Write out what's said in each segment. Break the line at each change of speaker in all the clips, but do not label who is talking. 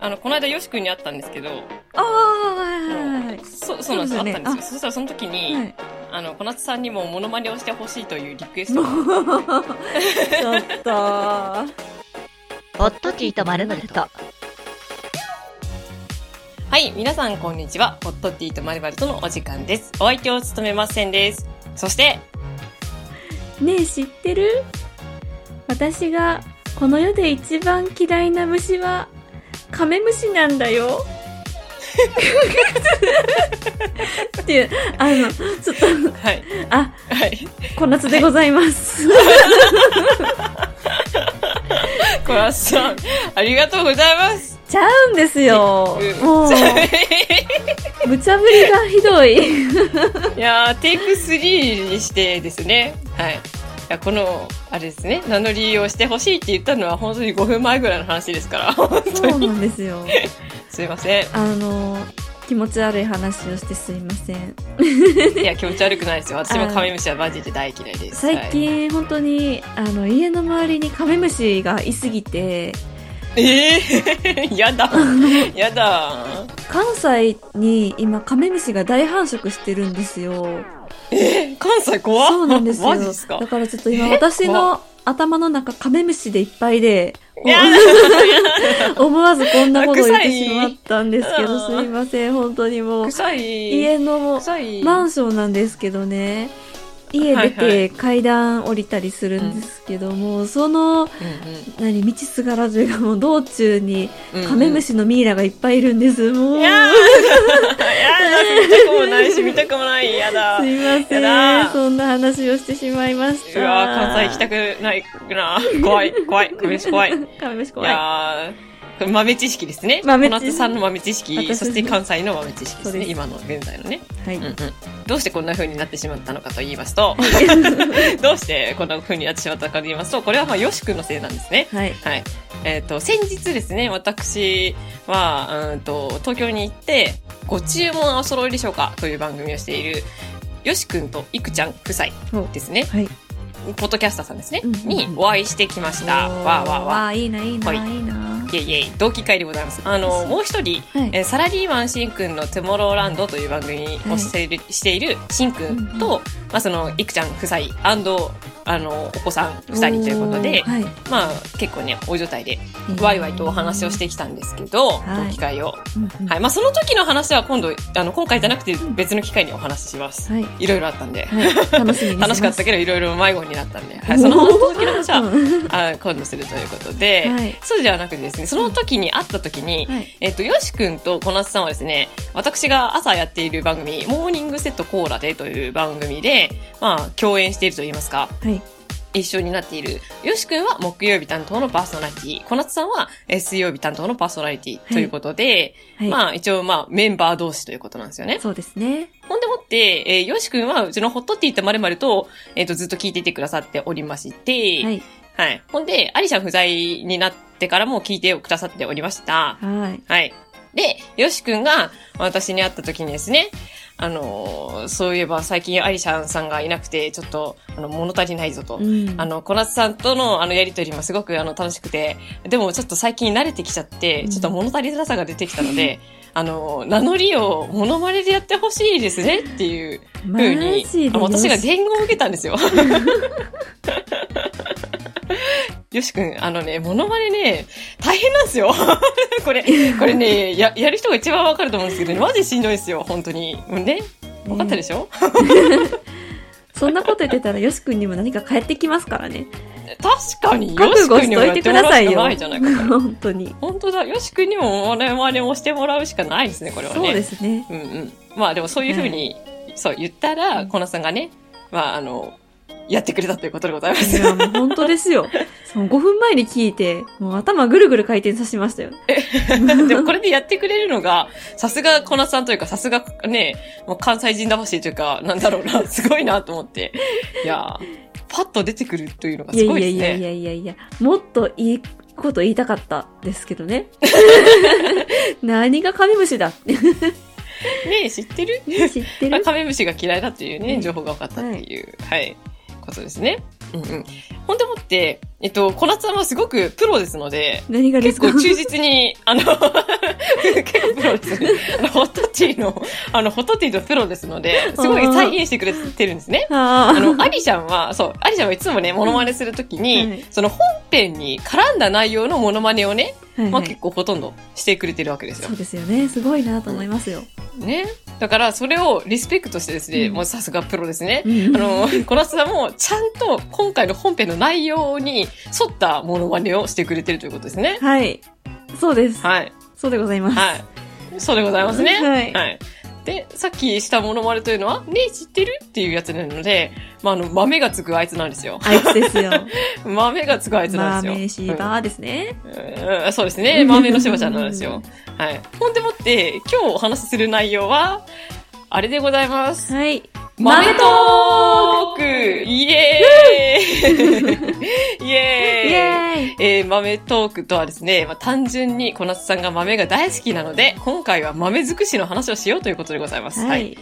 あの、この間、よし君に会ったんですけど、
ああ、はいはいはい。
そそうなんです、会
そうですよね
ったんですよ。そしたらその時に、
はい
あの、小夏さんにもモノマネをしてほしいというリクエストが
ちょっと。
ホットティーとまるまると。
はい、皆さんこんにちは。ホットティーとまるまるとのお時間です。お相手を務めませんです。そして、
ねえ、知ってる私がこの世で一番嫌いな虫はカメムシなんだよ。っていう、あの、ちょっと、
はい、
あ、
はい。
小夏でございます。
小夏さん、ありがとうございます。
ちゃうんですよ
うん。
もう、無茶ぶりがひどい。
いやー、テイク3にしてですね、はい。いやこの、あれですね、名乗りをしてほしいって言ったのは本当に5分前ぐらいの話ですから、
そうなんですよ。
すいません。
あの、気持ち悪い話をしてすいません。
いや、気持ち悪くないですよ。私もカメムシはマジで大嫌いです。
最
は
近、本当に、あの、家の周りにカメムシがいすぎて、
い、えー、 やだ。やだ。
関西に今カメムシが大繁殖してるんですよ。
え関西怖っ
そうなんですよ。
マジっすか
だからちょっと今私の頭の中カメムシでいっぱいで、
いや
お思わずこんなことを言ってしまったんですけど、
臭い
すいません、本当にもう。
臭い。
家の
臭い。
マンションなんですけどね、家出て階段降りたりするんですけども、その、
うん
何、道すがらというかもう道中に
うん
カメム。シのミイラがいっぱいいるんです。もう、
いやー、やだ、見たくもないし、見たくもない。や だ。
す
うわ
いませ
やだ
ん。そんな話をしてしまいまし
ー、
た。
関西行きたくないな。怖い、怖い、カメムシ怖い。い
カメムシ怖い。
やー、これ豆知識ですね。
豆知
小
識
夏さんの豆知識、
私
そして関西の豆知識で
そ
す
う
ね。
です
今の、現在のね。
はい。
うんうん。どうしてこんな風になってしまったのかと言います と、どうしてこんな風になってしまったのかと言いますと、これはまあ、よし君のせいなんですね。
はい。
はい。えっ、と、先日ですね、私は、うんと、東京に行って、ご注文お揃いでしょうかという番組をしている、よしくんといくちゃん夫妻
そう
ですね、
はい。
ポッドキャスターさんですね、
うん
にお会いしてきました。
おー
わーわーわ
わーいいな、いいな、
はい
いいな。
ー。イェイイェイ、同期会でございます。あの、もう一人、
はい
えーサラリーマンしんくんのトゥモローランドという番組をしている、しているしんくんと、
うん
まあ、その、いくちゃん夫妻あの、お子さん二人ということで
おー、はい。
まあ、結構ね、大所帯でワイワイとお話をしてきたんですけど、
はい
この機会を。
うんうん
はい。まあ、その時の話は今度、あの、今回じゃなくて別の機会にお話しします。
はい。
いろいろあったんで。
はい。楽しみに
楽しかった
け
けど、いろいろ迷子になったんで。はい。その時の話は、
は
あ今度するということで、
はい
そうではなくてですね、その時に会った時に、
い。
えっと、よしくんと小夏さんはですね、私が朝やっている番組、モーニングセットコーラでという番組で、まあ、共演していると言いますか、
はい。
一緒になっている。よしくんは木曜日担当のパーソナリティ、小夏さんはえー水曜日担当のパーソナリティということで、
はい。
まあ一応まあメンバー同士ということなんですよね。
そうですね。
ほんでもって、えーよしくんはうちのホットティーとまるまると、えっ、とずっと聞いていてくださっておりまして、
はい。
はい。ほんで、アリシャン不在になってからも聞いてくださっておりました。
はい。
はい。で、よしくんが私に会った時にですね、あのーそういえば最近アリシャンさんがいなくて、ちょっと、あの、物足りないぞと。
うん
あの、小夏さんとのあのやりとりもすごくあの楽しくて、でもちょっと最近慣れてきちゃって、
うん
ちょっと物足りなさが出てきたので、あの、名乗りをモノマネでやってほしいですねっていうふ
マ
うに、
ジ
あ
で
の私が
よし
伝言を受けたんです よ。よしくん、あのね、モノマネね、大変なんですよ。 これ、これね、や、やる人が一番わかると思うんですけど、ね、マジしんどいですよ、本当に。ねわかったでしょ、
そんなこと言ってたら、よし君にも何か返ってきますからね。
確かに、
覚悟し
に
といてくださ
し
い
か
よ
ないじゃない。か。
本当に。
本当だ。よし君にも我々をしてもらうしかないですね、これはね。。
そうですすね。
うんうん。まあでもそういうふうに、そう言ったら、
うん
コナさんがね、まああの、やってくれたということでございま
い
す。
や、もう本当ですよ。その5分前に聞いて、もう頭ぐるぐる回転させましたよ。
でもこれでやってくれるのが、さすがコナさんというか、さすがね、もう関西人魂というか、なんだろうな、すごいなと思って。いやー、パッと出てくるというのが
いや
す
い
ごい
や
ですね。
いやいやいやいや、もっといいこと言いたかったですけ どね。何がカメムシだって。
ねえ知ってる
知って
まあ
る
カメムシが嫌いだっていう
う
ね、
ん
情報が分かったっていう、はい、ことですね。うんうん。ほんでもって、えっと、小夏さんはすごくプロですので、
何がで
結
すか
構忠実に、 あの、結構プロですね。あの、ホットティーの、あの、ホットティーのプロですので、すごい再現してくれてるんですね。
あ
あの、
あ
アリちゃんは、そう、アリちゃんはいつもね、モノマネするときに、
はい
その本編に絡んだ内容のモノマネをね、
はい
ま
は
あ
い
結構ほとんどしてくれてるわけですよ
そ。うですよね。すごいなと思いますよ。
ね。だから、それをリスペクトしてですね、
うん
もうさすがプロですね。
う ん
あの、小夏さんも、ちゃんと今回の本編の内容に沿ったモノマネをしてくれてるということですね。
はい。そうです。
はい。
そうでございます。
はい。そうでございますね。
はい
で、さっきしたモノマネというのは、ねえ、知ってるっていうやつなので、まあ、あの、豆がつくあいつなんですよ。
あいつですよ。
豆がつ くあいつな
マ
ん
ーメイ
です
シ
よ。
ーバーですね。
うんうんそうですね。豆のしばちゃんなんですよ。はい。ほんでもって、今日お話しする内容は、あれでございます。
はい。
豆トーク イエーイイエー
イ
イ
エーイ
えー豆トークとはですね、まあ、単純に小夏さんが豆が大好きなので、今回は豆尽くしの話をしようということでございます。
は。い。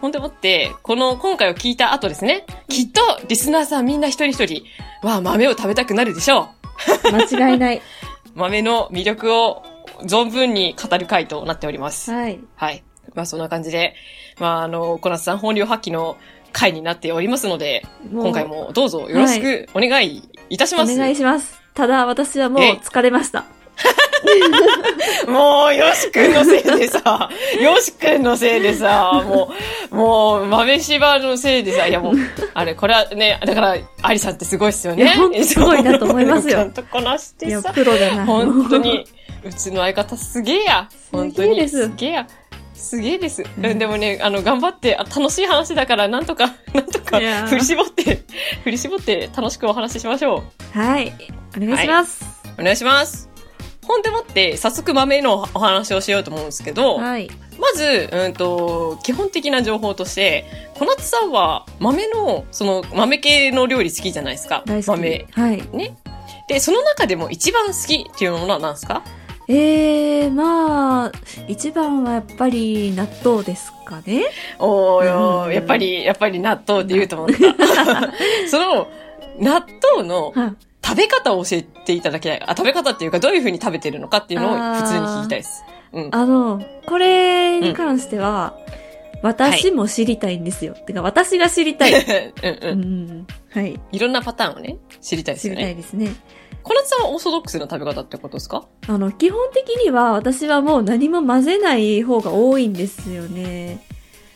ほんでもって、この今回を聞いた後ですね、きっとリスナーさんみんな一人一人、わあ、豆を食べたくなるでしょ
間違いない。
う。豆の魅力を存分に語る回となっております。
はい。
はい。まあそんな感じで、まああの、小夏さん本領発揮の回になっておりますので、
もう
今回もどうぞよろしくお願いいたし
お
ます。
願いします。ただ、私はもう
えい
疲れました。
もう、よしくんのせいで さ、よしくんのせいでさ、もう、もう、豆柴のせいでさ、いやもう、あれ、これはね、だから、ありさんってすごいっすよ
い
ね
やほん。とすごいなと思いますよ
ちゃんとこなし
い
て
や、
さ、
プロだな。
本当に。、うちの相方すげえや。本当に。
す
す
げ
げえや。すげえです。
う
うんん、でもね、あの、頑張って、あ楽しい話だから、なんとか、なんとか
いやー、
振り絞って、振り絞って、楽しくお話ししましょう。
はい。お願いします。
お願いします。ほんでもって、早速豆のお話をしようと思うんですけど、
はい。
まず、うんと、基本的な情報として、小夏さんは豆の、その豆系の料理好きじゃないですか。
大好き。
豆。
はい。
で、その中でも一番好きっていうものは何ですか
ええー、まあ、一番はやっぱり納豆ですかね。
おー
う
よ
ん
ー、やっぱり、やっぱり納豆って言うと思っ た。その、納豆の
はい。
食べ方を教えていただきたい。あ、食べ方っていうか、どういう風に食べてるのかっていうのを普通に聞きたいです。うん。
あの、これに関しては、私も知りたいんですよ。てか、私が知りた い。
うんう。
うんん。はい。
いろんなパターンをね、知りたいです
知
よ
りた
ね。
いですね。
小夏さんはオーソドックスな食べ方ってことですか
あの、基本的には私はもう何も混ぜない方が多いんですよね。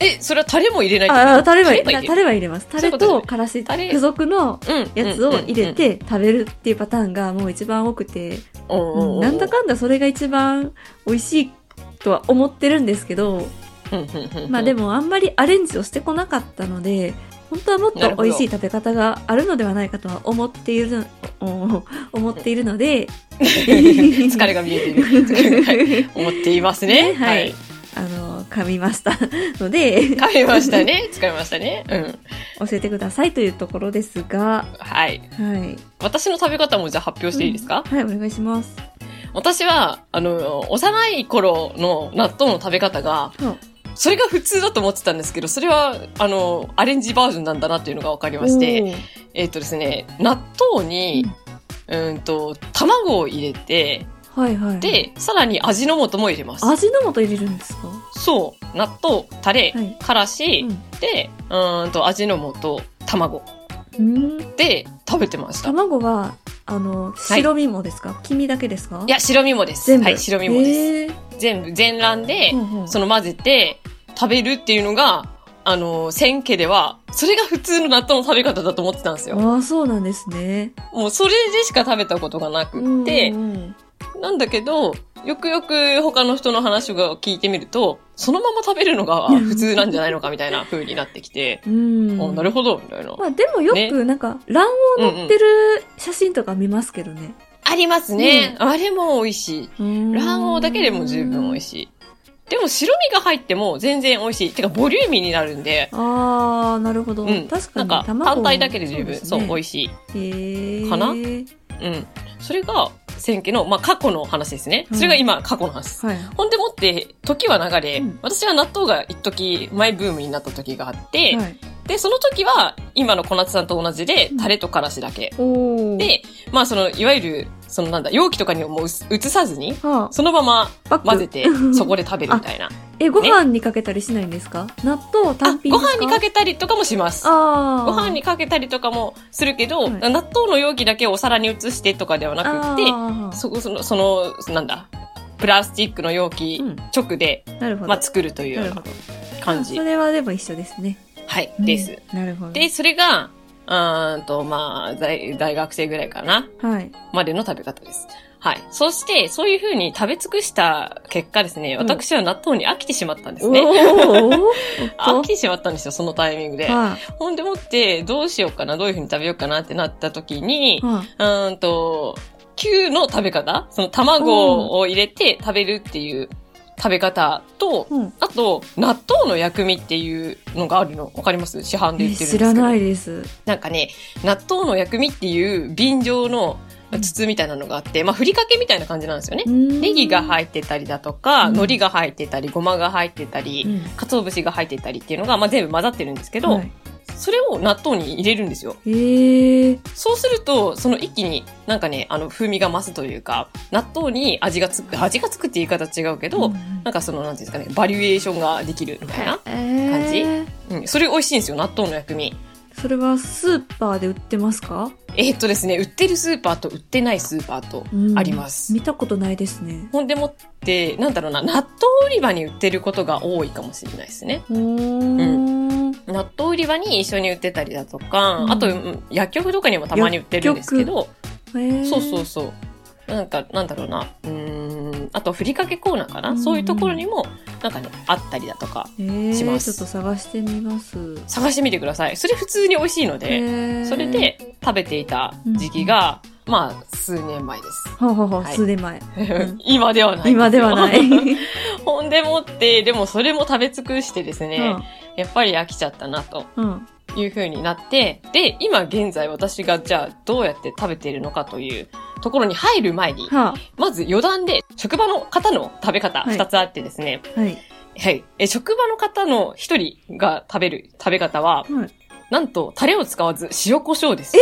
え、それはタレも入れない
ああ、タレは、
も
タレは入れます。タ
そうい
レ
うことだよ
と
ね
からし、
タレ
付属の
うん
やつを入れ、て食べるっていうパターンがもう一番多く
うんう
て、
んうんおうおうおう
なんだ、かんだそれが一番美味しいとは思ってるんですけど、
うんうんうん
まあで、もあんまりアレンジをしてこなかったので、本当はもっと美味しい食べ方があるのではないかとは思っている、お思っているので、
疲れが見えてい る。はい思っていますね。
ねはい あの、噛みましたので、
はい。買いましたね。使いましたね。うん。
教えてくださいというところですが、
はい。
はい。
私の食べ方もじゃあ発表していいですか、
はい、お願いします。
私は、あの、幼い頃の納豆の食べ方が、
そう
それが普通だと思ってたんですけど、それは、あの、アレンジバージョンなんだなっていうのが分かりまして、えっ、とですね、納豆に、うんと、卵を入れて、
おーはいはい。、
で、さらに味の素も入れます。
味の素入れるんですか
そう。納豆、タレ、
はい
からし、
うん
で、うーんと、味の素、卵
うん。
で食べてました。い
卵は、あの、白身もですか、黄身だけですか、
や、白身もです。
全部。
はい、白身もです。
えー
全部、全卵で、
うんうん
その混ぜて食べるっていうのが、あの、千家では、それが普通の納豆の食べ方だと思ってたんですよ。
ああ、そうなんですね。
もうそれでしか食べたことがなくって
う、んうん
なんだけど、よくよく他の人の話を聞いてみると、そのまま食べるのが普通なんじゃないのかみたいな 風になってきて、
うん、
あなるほど、みたいな。
まあでもよく
ね
なんか、卵黄乗ってる写真とか見ますけどね。
ありますね。あれも美味しい。卵黄だけでも十分美味
い。
しい。でも白身が入っても全然美味しい。てかボリューミーになるんで、
ああ、なるほど。
うん。
確か
なん
に
か
卵
単体だけで十分、そう,、美
い
味しい。
へえ。
かな
はい
うん。それが、千家の、まあ、過去の話ですね。それが今、過去の話です。ほんでもって、時は流れ、
うん
私は納豆が一時、マイブームになった時があって、
はい。
で、その時は、今の小夏さんと同じで
う、ん
タレとからしだけ。
おお。、
で、まあその、いわゆる、そのなんだ、容器とかにもうう移さずに、
は
そのまま
あ、バッグ
混ぜて、そこで食べるみたいな。
え、ご飯にかけたりしないんですか納豆
あ、
単品
ご
ですか
飯にかけたりとかもします。
ああ。
ご飯にかけたりとかもするけど、
はい
納豆の容器だけお皿に移してとかではなくて、
あー
そこその、その、なんだ、プラスチックの容器
うん
直で、
なるほど。
まあ、作るというよ
な
う
るほ
な
ど。
感じ
そ。れはでも一緒ですね。
はい、
うん
です。。
なるほど。
で、それが、うーんと、まあ、大大学生ぐらいかな、
はい。
までの食べ方です。はい。そして、そういう風に食べ尽くした結果ですね、
うん
私は納豆に飽きてしまったんです
お
ね。
おー。
飽きてしまったんですよ、そのタイミングで。
は
ほんでもって、どうしようかな、どういう風に食べようかなってなった時に
い。、は
うーんと、牛の食べ方その卵を入れて食べるっていう食べ方と、
い。うん。
あと、納豆の薬味っていうのがあるの、わかります市販で売ってるん
え
です
知
けど。
らないです。
なんかね、納豆の薬味っていう瓶状の
うん
筒みたいなのがあって、まあ、ふりかけみたいな感じなんですよね。ネ
ネ
ギが入ってたりだとか、
うん
海苔が入ってたり、ごまが入ってたり、
うん
鰹節が入ってたりっていうのが、まあ、全部混ざってるんですけど、
はい
それを納豆に入れるんですよ。
ええ。
そうすると、その一気になんかね、あの、風味が増すというか、納豆に味がつく、味がつくって言い方違うけど、
うん
なんかその、なんていうんですかね、バリュエーションができるみたいな。
えー
うん。それ美味しいんですよ、納豆の薬味。
それはスーパーで売ってますか
えーっとですね、売ってるスーパーと売ってないスーパーとあります。
見たことないですね。
ほんでもって、なんだろうな、納豆売り場に売ってることが多いかもしれないですね。
うーん。
納豆売り場に一緒に売ってたりだとか、
うん
あとうん薬局とかにもたまに売ってるんですけど、
ええ。
そうそうそう。なんか、なんだろうな、うーん、あとふりかけコーナーかな、
うん
そういうところにも、なんかね、あったりだとか、
えー、
します
ちょっと探してみます。
探してみてください。それ普通に美味しいので、
えー
それ、で食べていた時期が、まあ、数年前です。
はあはあはあ
はい
数年前。ん
今ではない。
今ではない。
ほんでもって、でもそれも食べ尽くしてですね、
うん
やっぱり飽きちゃったなと
うん。
いう風になって、で、今現在私がじゃあどうやって食べているのかというところに入る前に、
は
まず余談で職場の方の食べ方
はい
2つあってですね、
あ、はい。
はい、え職場の方の1人が食べる食べ方は、
はい
なんとタレを使わず塩コショウです。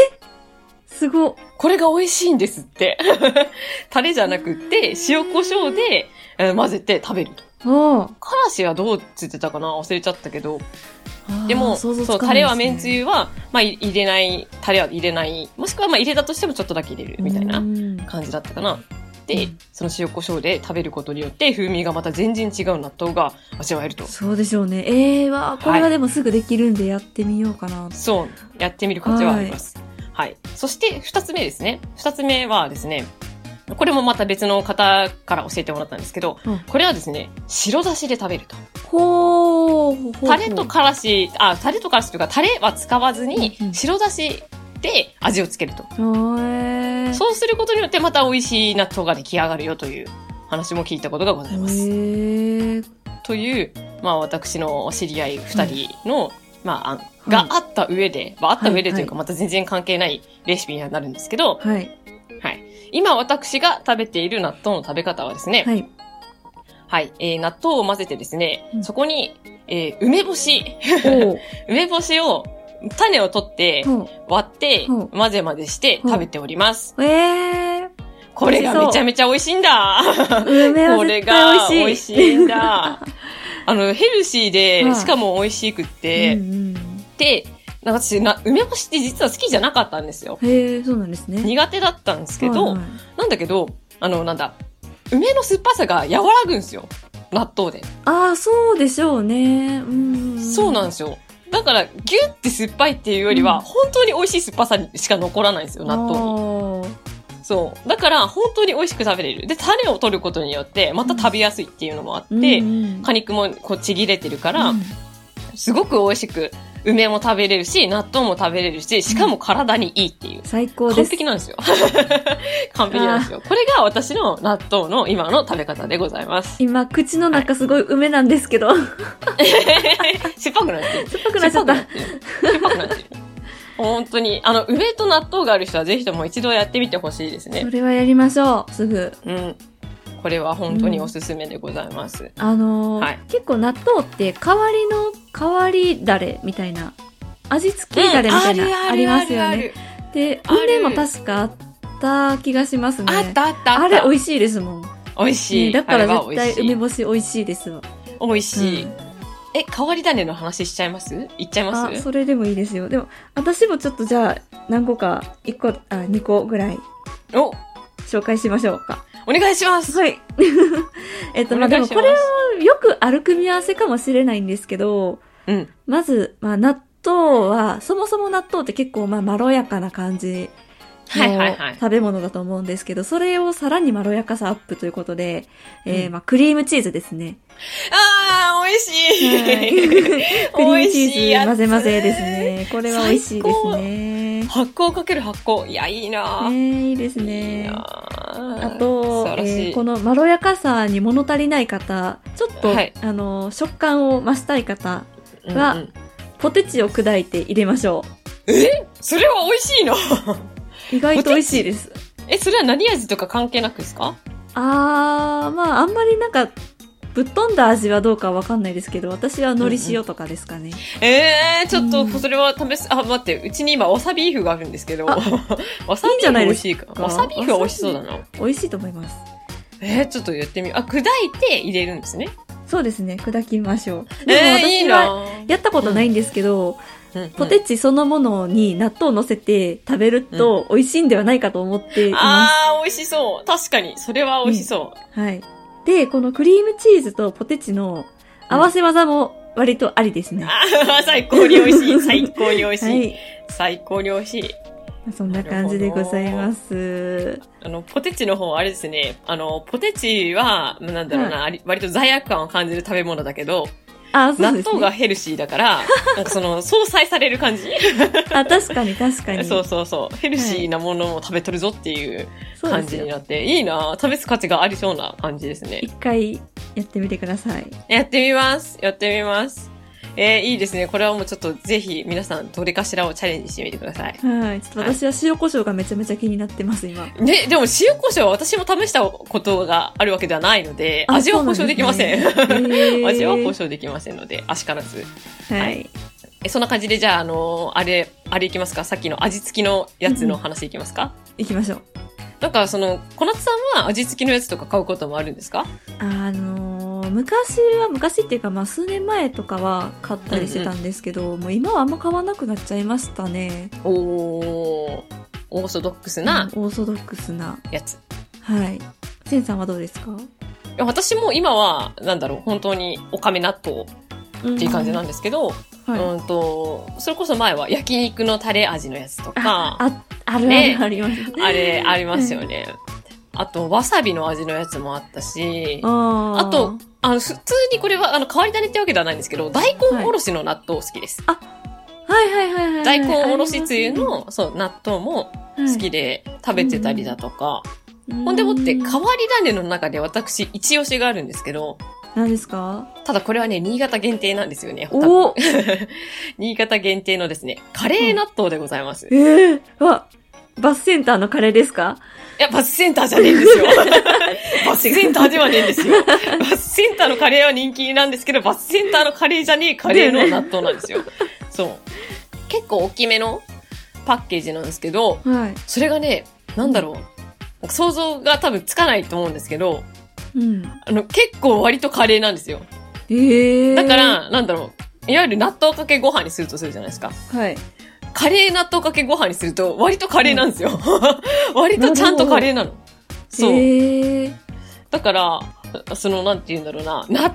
すごっ。
これが美味しいんですって。 タレじゃなくって塩コショウで、えー混ぜて食べると。
あ
からしはどうついてたかな忘れちゃったけど、
あ。
でも、
あー
そ
想
う
像つ
タ
かない
レ
で
は
すね
めんつゆは、まあ、い入れない、タレは入れない、もしくは、まあ、入れたとしてもちょっとだけ入れるみたいうなん感じだったかな。
う
で
ん、
その塩コショウで食べることによって、風味がまた全然違う納豆が味わえると。
そうでしょうね。ええー、わあ、これはでもすぐできるんでやってみようかな。
そう、やってみる価値はあります。はい。そして、二つ目ですね。二つ目はですね、これもまた別の方から教えてもらったんですけど、
うん
これはですね、白だしで食べると。
ほうほうほう。
タレとからし、あ、タレとからしというか、タレは使わずに
うんう、ん
白だしで味をつけると。
へー。
そうすることによってまた美味しい納豆が出来上がるよという話も聞いたことがございます。
ええ。
という、まあ私のお知り合い二人の、まあ案
い
があった上で、まああった上でという
は
か
い
また全然関係ないレシピにはなるんですけど、
はい。
今私が食べている納豆の食べ方はですね、はい、
はい。
えー納豆を混ぜてですね、
うん
そこに、えー梅干し、
おう。
梅干しを種を取って
ほ
割って
うん
混ぜ混ぜして食べております。
う。ええ
これがめちゃめちゃ美味しいんだ
ー。梅 は
これ
絶
が
対
美
美
味
味
し
しい。
いん だ。あの、ヘルシー
は
で、
い
しかも美味しくって、
うんうん、
で、なんか私な、梅干しって実は好きじゃなかったんですよ。
へえ、そうなんですね。
苦手だったんですけど、
はいはい
なんだけど、あの、なんだ、梅の酸っぱさが和らぐんですよ。納豆で。
ああ、そうでしょうね。うん。。
そうなんですすよ。だから、ギュって酸っぱいっていうよりは、
うん
本当に美味しい酸っぱさにしか残らないんですよ、納豆に。
豆。
そう。だから、本当に美味しく食べれる。で、種を取ることによって、また食べやすいっていうのもあって、
うん、
果肉もこうちぎれてるか、
から
すごく美味しく、梅も食べれるし、納豆も食べれるし、しかも体にいいっていう。
最高で
完
す。
璧なんですよ。 完璧なんですよ。これが私の納豆の今の食べ方でござい ます。
今、口の中すごい梅なんですけど、酸っ
酸っぱくなってる。
ぱくな
酸
っ
っ
ち
ぱく
ゃった。
なってる。酸っぱくなってる。本当に、あの、梅と納豆がある人はぜひとも一度やってみてほしいですね
そ。れはやりましょう、すぐ。
うん。これは本当におすすめでございます。
あのー
はい
結構納豆って代わりの代わりだれみたいな味付きだれみたいな、ありますよ
あ
ね。
る
で、
ある
運でも確かあった気がしますね。
あったあったあった。
あれ美
美
味しいですもん。
味し
ね
い。
だから
あれは
絶
美味
対
しい
梅干し美味しいですわ。
美味しい。
うん
え、変わり種の話しちゃいますいっちゃいま
あ、
す
それでもいいですよ。でも、私もちょっとじゃあ、何個か、1個、あ、2個ぐらい
お、
紹介しましょうか。
お願いします。
はい。 えっと、まあ
お
で
願い
も
し
こ
ま
れは
す。
よくある組み合わせかもしれないんですけど、
うん。
まず、まあ納豆は、そもそも納豆って結構まあまろやかな感じ
はいはいは
の
い。
食べ物だと思うんですけど、それをさらにまろやかさアップということで、え
う
ー、
ん
まあクリームチーズですね。
あー、美
はい
味しい。
クリームチ
美味しい
ー
やつ
ズ混ぜ混ぜですね。これは美味しいですね。ね
発酵かける発酵。いや、いいなぁ。
ーいいです
いい
ね。
なぁ
あ
素
と
晴、らし
えー
い。
このまろやかさに物足りない方、ちょっと、
はい
あの、食感を増したい方、
うん
は
うん
ポテチを砕いて入れましょ
それは美味しいの
う。意外と美味しいです。
え、それは何味とか関係なくですか
あー、まあ、あんまりなんか、ぶっ飛んだ味はどうかわかんないですけど、私は海苔塩とかですかね。
ええー、ちょっと
うん、
それは試す、あ、待って、うちに今、わさビーフがあるんですけど、
あ
わさ
いいん
ビ
じ
ーフ
ゃない
美
で
味
す
しいか。
か
わさビーフは美味しそうだな。
美味しいと思います。
えー、ちょっとやってみ、あ、砕いて入れるんですね。
そうですね、砕きましょう。でも
えー、いい
私は、
なぁ
やったことないんですけど、
うんうん
ポテチそのものに納豆を乗せて食べると美味しいんではないかと思っています。
あー、美味しそう。確かに、それは美味しそ
はい。で、このクリームチーズとポテチの合わせ技も割とありです
う。
ね。
あー、 最高に美味しい。最高に美味し。
はいい。
最高に美味しい。
そんな感じでございます。
あの、ポテチの方、あれですね。あの、ポテチは、まあなんだろうな、あり割と罪悪感を感じる食べ物だけど、
あ、そう
納
です、
豆が
ね。
ヘルシーだ から、なんかその、相殺される感じ
あ、確かに確かに。
そうそうそう。ヘルシーなものを食べとるぞっていう
そう
感
です
じに
よ。
なって、いいなぁ試す価値がありそうな感じですね。
一回やってみてください。
やってみます。やってみます。えー、いいですね。これはもうちょっとぜひ皆さんどれかしらをチャレンジしてみてください。
はい。ちょっと私は塩コショウがめちゃめちゃ気になってます、今。
ね、でも塩胡椒は私も試したことがあるわけではないので、
あ
味は保証できません。
そ うなんですねへー
味は保証できませんので、足からず。
はい。
え、そんな感じで、じゃあ、あのーあれ、あれいきますかさっきの味付きのやつの話いきますか、
行きましょう。
なんか、その、小夏さんは味付きのやつとか買うこともあるんですか
あのー昔は昔っていうか、まあ、数年前とかは買ったりしてたんですけど、もう今はあんま買わなくなっちゃいましたね
おーオーソドックスな
うんオーソドックスな
やつ。い
はいせんさんはどうですかっ
や私も今は、なんだろう、本当におかめ納豆
て
っていう感じなん
で、
ですけど、
はい
うんと、それこそ前は焼肉のタレ味のやつと
あ
か、あ
ああるあ
ね
るありますね
れ、ありますよね。あと、わさびの味のやつもあったし、
あ
あ
ー
とあの、普通にこれは、あの、変わり種ってわけではないんですけど、大根おろしの納豆好きです。
はいはいはいはい
大根おろしつゆの、そう、納豆も好きで食べてたりだとか、ほんでもって、変わり種の中で私、一押しがあるんですけど、
何ですか
ただこれはね、新潟限定なんですよね。多分
おお
新潟限定のですね、カレー納豆でございます。い
えー、わバスセンターのカレーですか
や、バスセンターじゃねえん ですよ。バスセンターではねえんですよ。バスセンターのカレーは人気なんですけど、バスセンターのカレーじゃねえカレーの納豆なんですよ。そう。結構大きめのパッケージなんですけど、
は
それがね、なんだろう。想像が多分つかないと思うんですけど、
い。うん。
あの、結構割とカレーなんですよ。
えー。
だか、ら、なんだろう。いわゆる納豆かけご飯にするとするじゃないですか。
はい。
カレー納豆かけご飯にすると、割とカレーなんですよ。割とちゃんとカレーなの。そう。
えー、
だから、その、なんて言うんだろうな。納豆納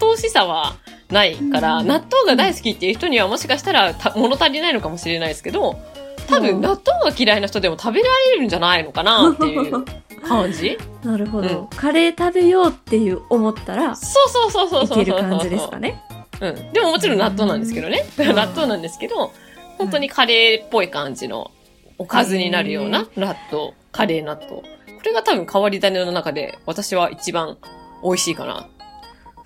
豆しさはないから、
うん
納豆が大好きっていう人にはもしかしたらた物足りないのかもしれないですけど、多
うん
分納豆が嫌いな人でも食べられるんじゃないのかなっていう感 じ
なるほど、
うん
カレー食べようっていう思ったら
そうそうそうそう
い
そうそうそう。
ける感じですかね
うん。でももちろん納豆なんですけどね。
うん
納豆なんですけど、本当にカレーっぽい感じのおかずになるような納豆、カレー納豆。これが多分変わり種の中で私は一番美味しいかなっ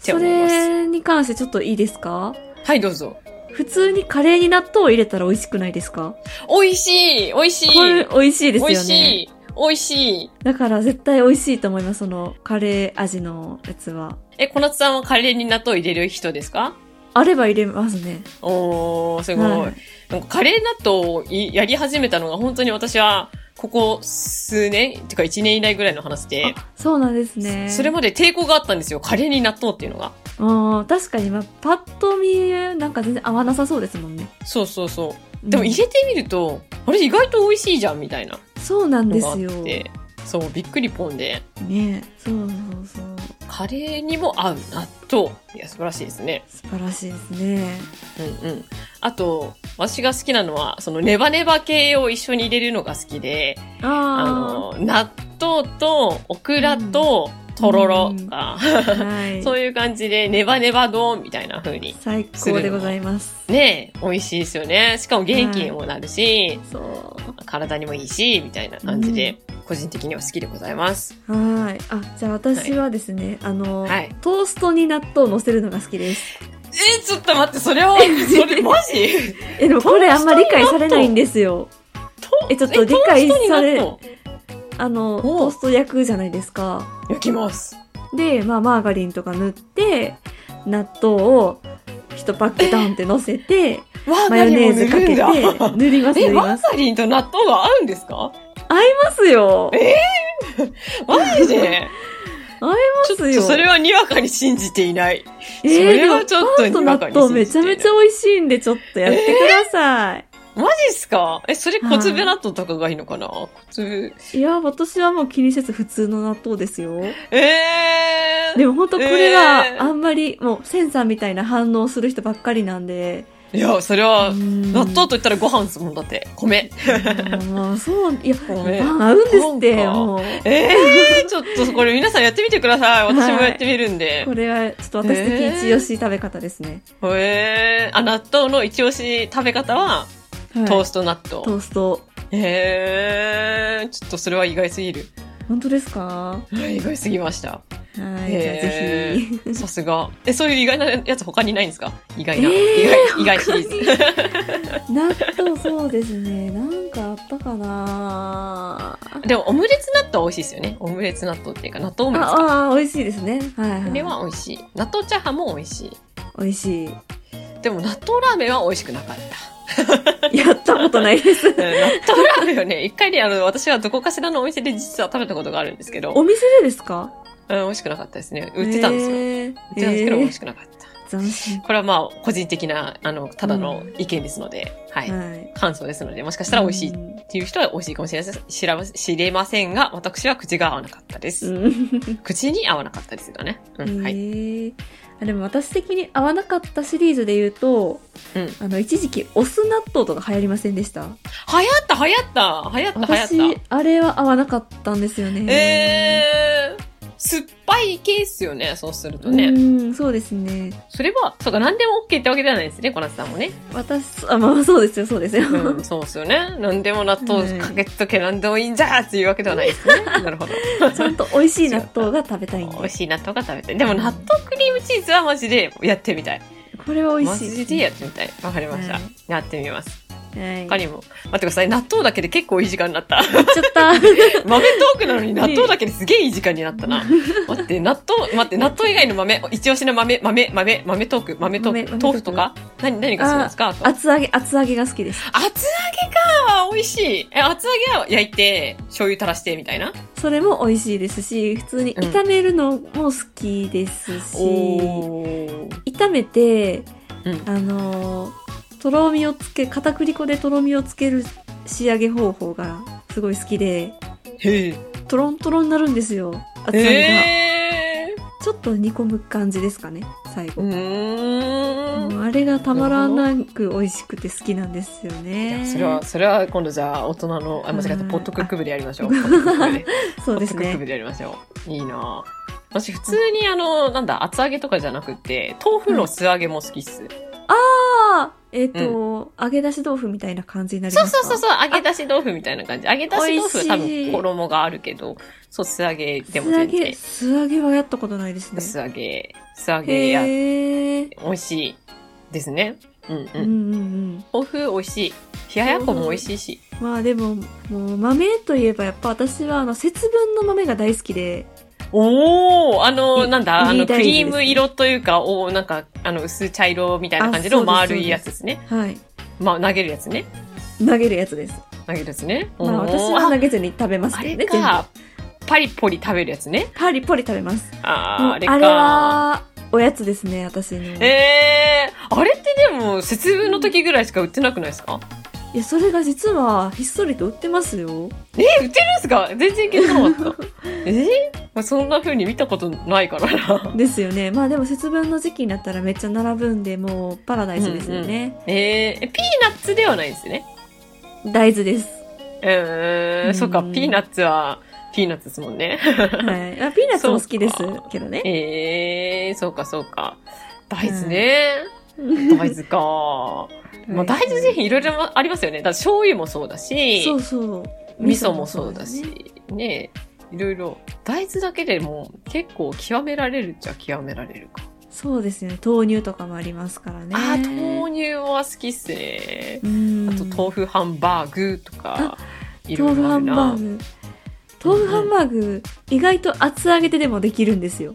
て
そ
思います。
れに関してちょっといいですか
はい、どうぞ。
普通にカレーに納豆を入れたら美味しくないですか
美味しい美味しい
これ美味しいですよ
美
ね
味しい美味しい
だから絶対美味しいと思いますそのカレー味のやつは
え、小夏さんはカレーに納豆入れる人ですか
あれば入れますね。
おー、すごい。
はい
なんかカレー納豆をいやり始めたのが本当に私は、ここ数年、てか1年以内ぐらいの話で、
そうなんですね。
それまで抵抗があったんですよ。カレーに納豆っていうのが。
うん、確かに、まあ、パッと見、なんか全然合わなさそうですもんね。
そうそうそう。
うん
でも入れてみると、あれ意外と美味しいじゃんみたいな
そうなん
の
で
があっ
すよ。
て、そう、びっくりポンで、
ねそうそうそう。
カレーにも合う納豆。いや、素晴らしいですね。
素晴らしいですね。
うんうん。あと、私が好きなのは、そのネバネバ系を一緒に入れるのが好きで、あ
あ
の、納豆とオクラととろろとか、
あ、はい。
そういう感じでネバネバ丼みたいな風に。
最高でございます。
ねえ、美味しいですよね。しかも元気にもなるし、
そ
体にもいいし、みたいな感じで、個人的には好きでございます。
う。はい。あ、じゃあ私はですね、あの、
はい
トーストに納豆を乗せるのが好きです。
えー、ちょっと待って、 それを、それ、マジ
え、でもこれあんま理解されないんですよ。えちょっと理解され
トーストに納豆
あの、
お
トースト焼くじゃないですか。
焼きます。
で、まあ、マーガリンとか塗って、納豆を一パックダンって乗せて、
マ
マヨネーズかけて、塗ります、塗
え、
り
マ
ま
ー
す。
ガリンと納豆が合うんですか
ますよ。
えマジ でちょっ
ます
と
よ。
それはにわかに信じていない。
え
そ
ー、
れ
でも
はちょっとに
と
わ
納
かに
豆
信
め
じ
ち
ていない
ゃめちゃ美味しいんで、ちょっとやってください。
マジっすかえ、それ小粒納豆とかがいいのかな小粒。
いや、私はもう気にせず普通の納豆ですよ。
え
でも本当これは
えー
あんまり、もうセンサーみたいな反応する人ばっかりなんで。
ー、いや、それは、納
納
豆と言ったらご飯ですもん、だって。米。
もうそう、いや、
ごめん
まあ合うんですって、
なんか
もう。
えー、ちょっとこれ皆さんやってみてください。私もやってみるんで
こ。れはちょっと私的一押し食べ方ですね。
えー、あ、納豆の一押し食べ方は、
はい
トースト納
ト
豆。
ースト。
えー、ちょっとそれは意外すぎる。
本当ですかは
はい意外すぎました。
い、じゃあ
へ
ぜ
ー
ひ。
さすが。え、そういう意外なやつ他にないんですか意外な。
えー
意外、意外シリーズ。
納豆そうですね。なんかあったかな
でも、オムレツ納豆美味しいですよね。オムレツ納豆っていうか、納豆オムレツか。
ああー、美味しいですね。はい、はい。
これは美味しい。納豆チャーハンも美味しい。
美味しい。
でも、納豆ラーメンは美味しくなかった。
やったことないです。
納豆ラーメンをね、一回ね、あの、私はどこかしらのお店で実は食べたことがあるんですけど、う
お
ん、
店でですか
美味しくなかったですね。売ってたんですよ。売っ
へー
てたんですけど、美
へ
味
ー
しくなかった。
斬新。
これはまあ、個人的な、あの、ただの意見ですので、はい。
はい。
感想ですので、もしかしたら美味しいっていう人は美味しいかもしれません知らま知れませんが、私は口が合わなかったです。
うん。
口に合わなかったですよね。う、
うんん
はい。
へーあでも私的に合わなかったシリーズで言うと、
うん
あの一時期お酢納豆とか流行りませんでした
流行った流行った流行った
私
流行っ
あれは合わなかったんですよね
た。えー、酸っぱい系ですよね、そうするとね。
うんそうですね
それは、そうか、何でも OK ってわけではないですね、小夏さんもね。
私あまあそうですよそうですよ、
うん、そうですよ ね。何でも納豆
はい
かけとけ何でもいいんじゃーっていうわけではないです ね。なるほど。
ちゃんと美味しい納豆が食べたいんで
美味しい納豆が食べたい。でも納豆クリームチーズはマジでやってみたい。
これは美
マ
味しい
ジでやってみたい。わかりました。
はい
やってみます。
はい
他にも。待ってください。納豆だけで結構いい時間になった。
やっちゃった
豆トークなのに納豆だけですげえいい時間になったな。待って、納豆、待って、納豆以外の豆、一押しの豆、豆、豆、豆トーク、豆トー
豆
ク、
豆トーク
豆腐とか何、何が好きなんですかあと
厚揚げ厚揚げが好きです
厚揚げか美味しいえ、厚揚げは焼いて、醤油垂らしてみたいな
それも美味しいですし普通に
うん
炒めるのも好きですし、
ー。
炒めて、
うん
あのーとろみをつけ片栗粉でとろみをつける仕上げ方法がすごい好きで
へえ。
トロントロになるんですよ厚揚げが、
へー
ちょっと煮込む感じですかね最後、
うーん。
もうあれがたまらなく美味しくて好きなんですよ
い
ね
や、それは、それは今度じゃあ、大人の、あ、間違えた、
うん
ポットクック部でやりましょう。ポットクック部で
そう です
ポットクック部
ね
でやりましょう。いいなぁ私、普通にあの、なんだ、厚揚げとかじゃなくて、豆腐の素揚げも好きっす。
ああえっ、と、揚げ出し豆腐みたいな感じになり
そ
ま
う
す
そ
か
うそうそう、揚げ出し豆腐みたいな感じ。揚げ出し豆腐は多
美味し
分
い
衣があるけど、そう、素揚げでも
素揚
全
げ
然。
素揚げはやったことないですね
素揚げ、素揚げや、美
へえ
味しいですね。うんう
うん
ん。
うんうん
豆腐美味しい。冷ややっこも美味しいし。
まあでももう豆といえばやっぱ私はあの節分の豆が大好きで
おおあの、
い
なんだ、あ
い
の、
い大
ク
豆
リーム色というか、おーなんか、あの、薄茶色みたいな感じの
あそうです
丸いやつですね。
はい。
まあ、投げるやつね。
投げるやつです。
投げるやつね。
まあ
おー
私は投げずに食べます
ああ
けど
れ
ね。
か、パリポリ食べるやつね
全。部パリポリ食べます。
あ
もう
ーあれか。
あれは、おやつですね、私の。
ええー、あれってでも、節分の時ぐらいしか売ってなくないですか
いや、それが実は、ひっそりと売ってますよ。
えー、売ってるんですか全然気づか なかった。えーまあ、そんな風に見たことないからな。
ですよね。まあでも節分の時期になったらめっちゃ並ぶんで、もうパラダイスですよね。
えー、えピーナッツではないんですね。
大豆です。
うーん、
うん
そっか、ピーナッツは、ピーナッツですもんね。
はい。あピーナッツも好きです
そうか
けどね。
ええー、そうか、そうか。大豆ね。大豆 か。まあ、大豆製品いろいろありますよね。だから醤油もそうだし。
そうそう。
味噌もそうだし
味噌もそう、
ねいろいろ、大豆だけでも結構極められるっちゃ極められるか。
そうですね。豆乳とかもありますからね。
ああ、豆乳は好きっすね。
うん
あと、豆腐ハンバーグとか、いろい
豆
ろ
腐ハ
ある
ンバ
な。
ーグ。豆腐ハンバーグ、意外と厚揚げででもできるんですよ。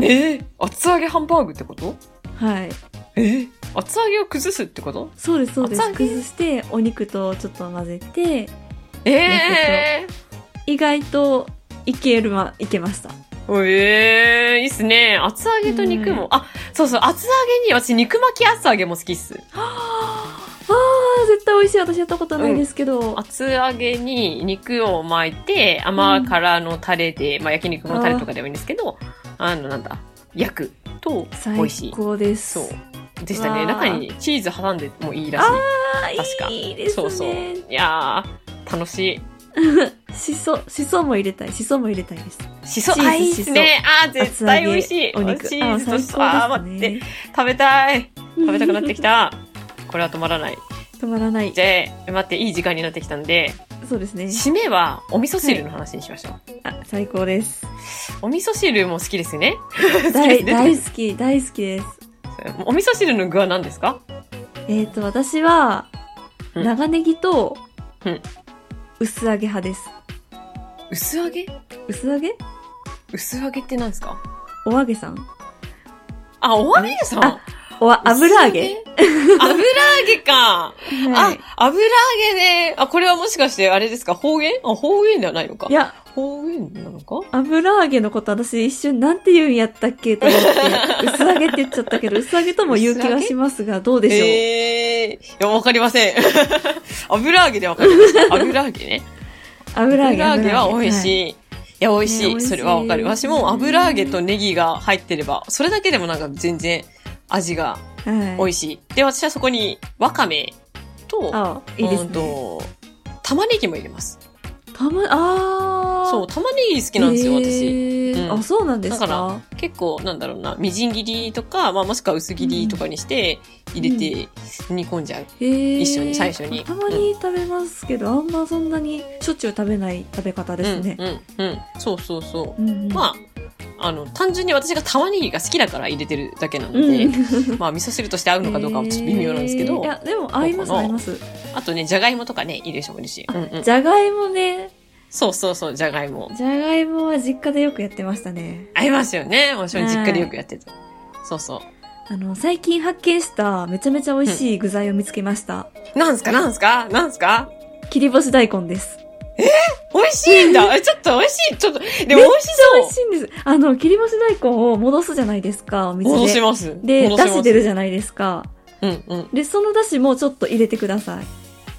えー、厚揚げハンバーグってこと
はい。
えー、厚揚げを崩すってこと
そうです、そうで
厚
す。
揚げ
崩して、お肉とちょっと混ぜて、
えー、
意外といけるま、いけました。
えー、いいっすね。厚揚げと肉も、あ、そうそう、厚揚げに、私肉巻き厚揚げも好きっす。
ああ、絶対美味しい。私やったことないですけど。
厚揚げに肉を巻いて甘辛のタレで、まあ、焼肉のタレとかでもいいんですけどあのなんだ焼くと美味し
最
い
高です。
そうでしたね
わあ
中にチーズ挟んでもいいらしい
ああ、
確か
いいですね。
そうそういやー楽しい
しそ、しそも入れたい。しそも入れたいです。
しそ
チーズ
あいいですねあー絶対美味しい
お肉。
チーズとしそあー
あー
待
最高
っ
です
て
ね。
食べたい食べたくなってき
た。
たこれは止まらない
止まらない
じ。ゃあ待っていい時間になってきたんで
そうですね。
締めはお味噌汁の話にしましょう、
あ、最高です。
お味噌汁も好きですよ ね
大
好きです
大好き、大好きです。
お味噌汁の具は何ですか
えっ、と、私は、
うん
長ネギと
うん、
薄揚げ派です。
薄揚げ
薄揚げ
薄揚げって何ですか
お揚げさん
あ、お揚げさん
あおわ、油揚げ
薄揚げ 油揚げ か、
は
あ、
い。
油揚げね。あ、これはもしかしてあれですか方言あ、方言ではないのか
いや、
方言なのか
油揚げのこと私一瞬なんて言うんやったっけと思って、 薄揚げって言っちゃったけど、薄揚げとも言う気がしますが、どうでしょう、
えー、いや、わかりません。 油揚げでわかりました。油揚げね。
油揚げ。
油揚げは美味
い。
しい。いや、美味し
ね
い。
美味しい
それはわかる。私も油揚げとネギが入ってれば、それだけでもなんか全然味が美
はい。しい。
味しい。で、私はそこに、わかめと、
あ、いいです
うん
ね。
と、玉ねぎも入れます。
たま、あー。
そう、玉ねぎ好きなんですよ、私。
私
うん
あ、そうなんですか
だか結構、なんだろうな、みじん切りとか、まあ、もしくは薄切りとかにして、入れて、煮込んじゃう。
へー
一緒に最初に
たまに食べますけど、あんまそんなにしょっちゅう食べない食べ方ですね。
うん、うん、うん。そうそうそう。
うんうん
まあ、あの、単純に私が玉ねぎが好きだから入れてるだけなの
うん
で、まあ、味噌汁として合うのかどうかはちょっと微妙なんですけ
へー
ど
い、や、でも合います
どう
合
かない
ます。
あとね、じゃがいもとかね、入れる人もいるし。うんうん
じ。ゃがいもね、
そうそうそう、じゃがいも。
じゃがいもは実家でよくやってましたね。
合いますよね。私も実家でよくやってた。そうそう。
あの、最近発見しためちゃめちゃ美味しい具材を見つけました。
なんすかなんすかなんすか
切り干し大根です。
美味しいんだえちょっと美味しいちょっと、でも美味し
美
そう
味しいんです。あの、切り干し大根を戻すじゃないですか、お水
戻し
で。
ます。
で、
戻
出
します
汁出るじゃないですか。
うんうん。
で、その出汁もちょっと入れてください。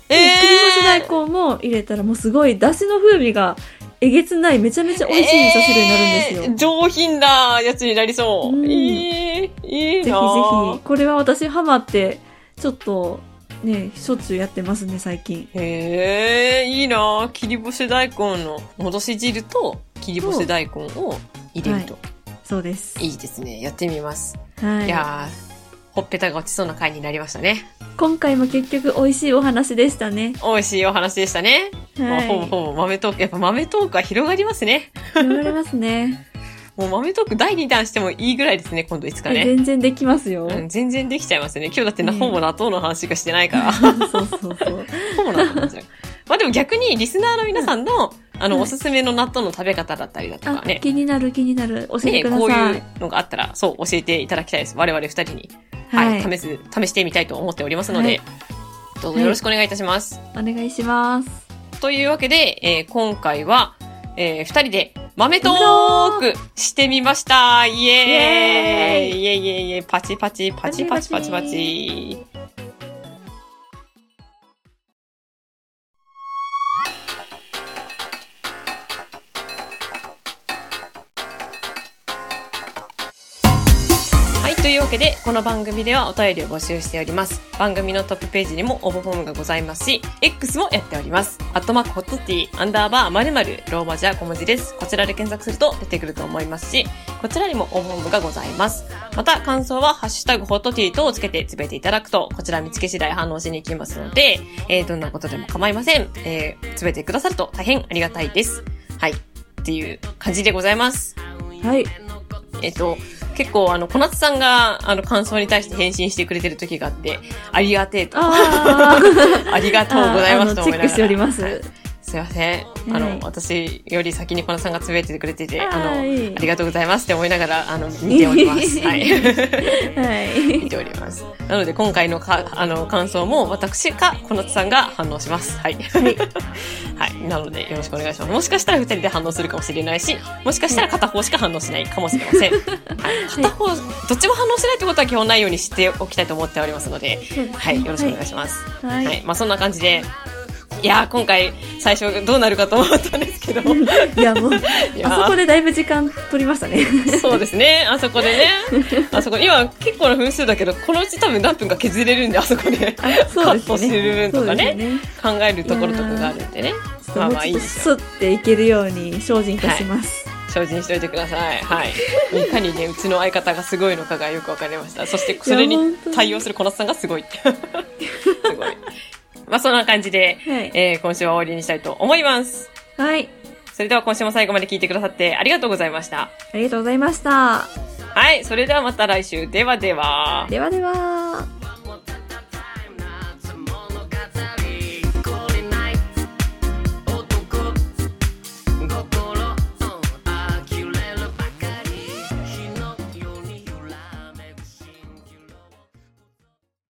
え
で切り干し大
ー、
根も入れたらもうすごい出汁の風味がえげつないめちゃめちゃ美味しい味噌汁になるんですよ。
えー上品なやつになりそう。
うん
いい、いいな
ぜひぜひ
ぁ。
これは私ハマってちょっとねしょっちゅうやってますね最近。
へえ、いいなぁ切り干し大根の戻し汁と切り干し大根を入れると。
そうです。
いいですね。やってみます。
はい
い、やーほっぺたが落ちそうな回になりましたね。
今回も結局美味しいお話でしたね。
美味しいお話でしたね。まあ、
はい。
ほぼほぼ豆トーク、やっぱ豆トークは広がりますね。
言われます ね。
もう豆トーク第2弾してもいいぐらいですね、今度いつか
え
ね。
全然できますよ。
うん、全然できちゃいますね。今日だってな、
ね
ほぼ納豆の話し かしてないから。
そうそうそう。
ほぼ納豆の話じゃないまあでも逆にリスナーの皆さんのあの、
はい
おすすめの納豆の食べ方だったりだと
あ
か、ね。
気になる気になる。教えて
ね、
くだ
こう
さい。
いうのがあったら、そう、教えていただきたいです。我々二人に。
は、
はいい、試す、試してみたいと思っておりますので、どうぞよろしくお願いいたします。
お願いします。
というわけで、えー今回は、えー二人で豆トークしてみましたイエーイイエイイエイイエイパチパチパチパチパチパチはい、というわけで、この番組ではお便りを募集しております。番組のトップページにも応募フォームがございますし、X もやっております。アットマークホットティー、アンダーバー、まるまる、ローマ字は小文字です。こちらで検索すると出てくると思いますし、こちらにも応募フォームがございます。また、感想は、ハッシュタグホットティーとをつけてつぶやいていただくと、こちら見つけ次第反応しに行きますので、えー、どんなことでも構いません。えー、つぶやいてくださると大変ありがたいです。はい。っていう感じでございます。
はい。
えっと、結構、あの、小夏さんが、あの、感想に対して返信してくれてる時があって、ありがてえと、
あ
ありがとうございますと
チ
思いなが
ェック
ら。
しております。
はいすいません。あ
はい
の、私より先に小夏さんがつぶやいてくれてて、あの、
は
あ
い
りがとうございますって思いながら、あの、見ており ます。はい。
はい
見。ております。なので、今回のか、あの、感想も、私か小夏さんが反応します。はい。
はい。
はい。なので、よろしくお願いします。もしかしたら二人で反応するかもしれないし、もしかしたら片方しか反応しないかもしれません。はい片方、どっちも反応しないってことは基本ないようにしておきたいと思っておりますので、はい。よろしくお願いします。
は
はい。
い。
まあ、そんな感じで、いやー、今回、最初どうなるかと思ったんです けど、
いや、も
い
う、
やー
あそこでだいぶ時間取りましたね。
そうですね。あそこでね。あそこ、今結構な分数だけど、このうち多分何分か削れるんで、あそこで。
そうですね。
カットする分とかね
そうですね
考えるところとかがあるんでね。まあまあいい
もう
で
ち
すよ。
ょっとすっていけるように精進いたします。
精進しといてください。はい。いかにね、うちの相方がすごいのかがよくわかりました。そして、それ
いや
に
本当に
対応する小夏さんがすごい って。すごい。まあ、そんな感じで、
はい。
えー今週は終わりにしたいと思います。
はい。
それでは今週も最後まで聞いてくださってありがとうございました。
ありがとうございました。
はい。それではまた来週。ではでは。
ではでは。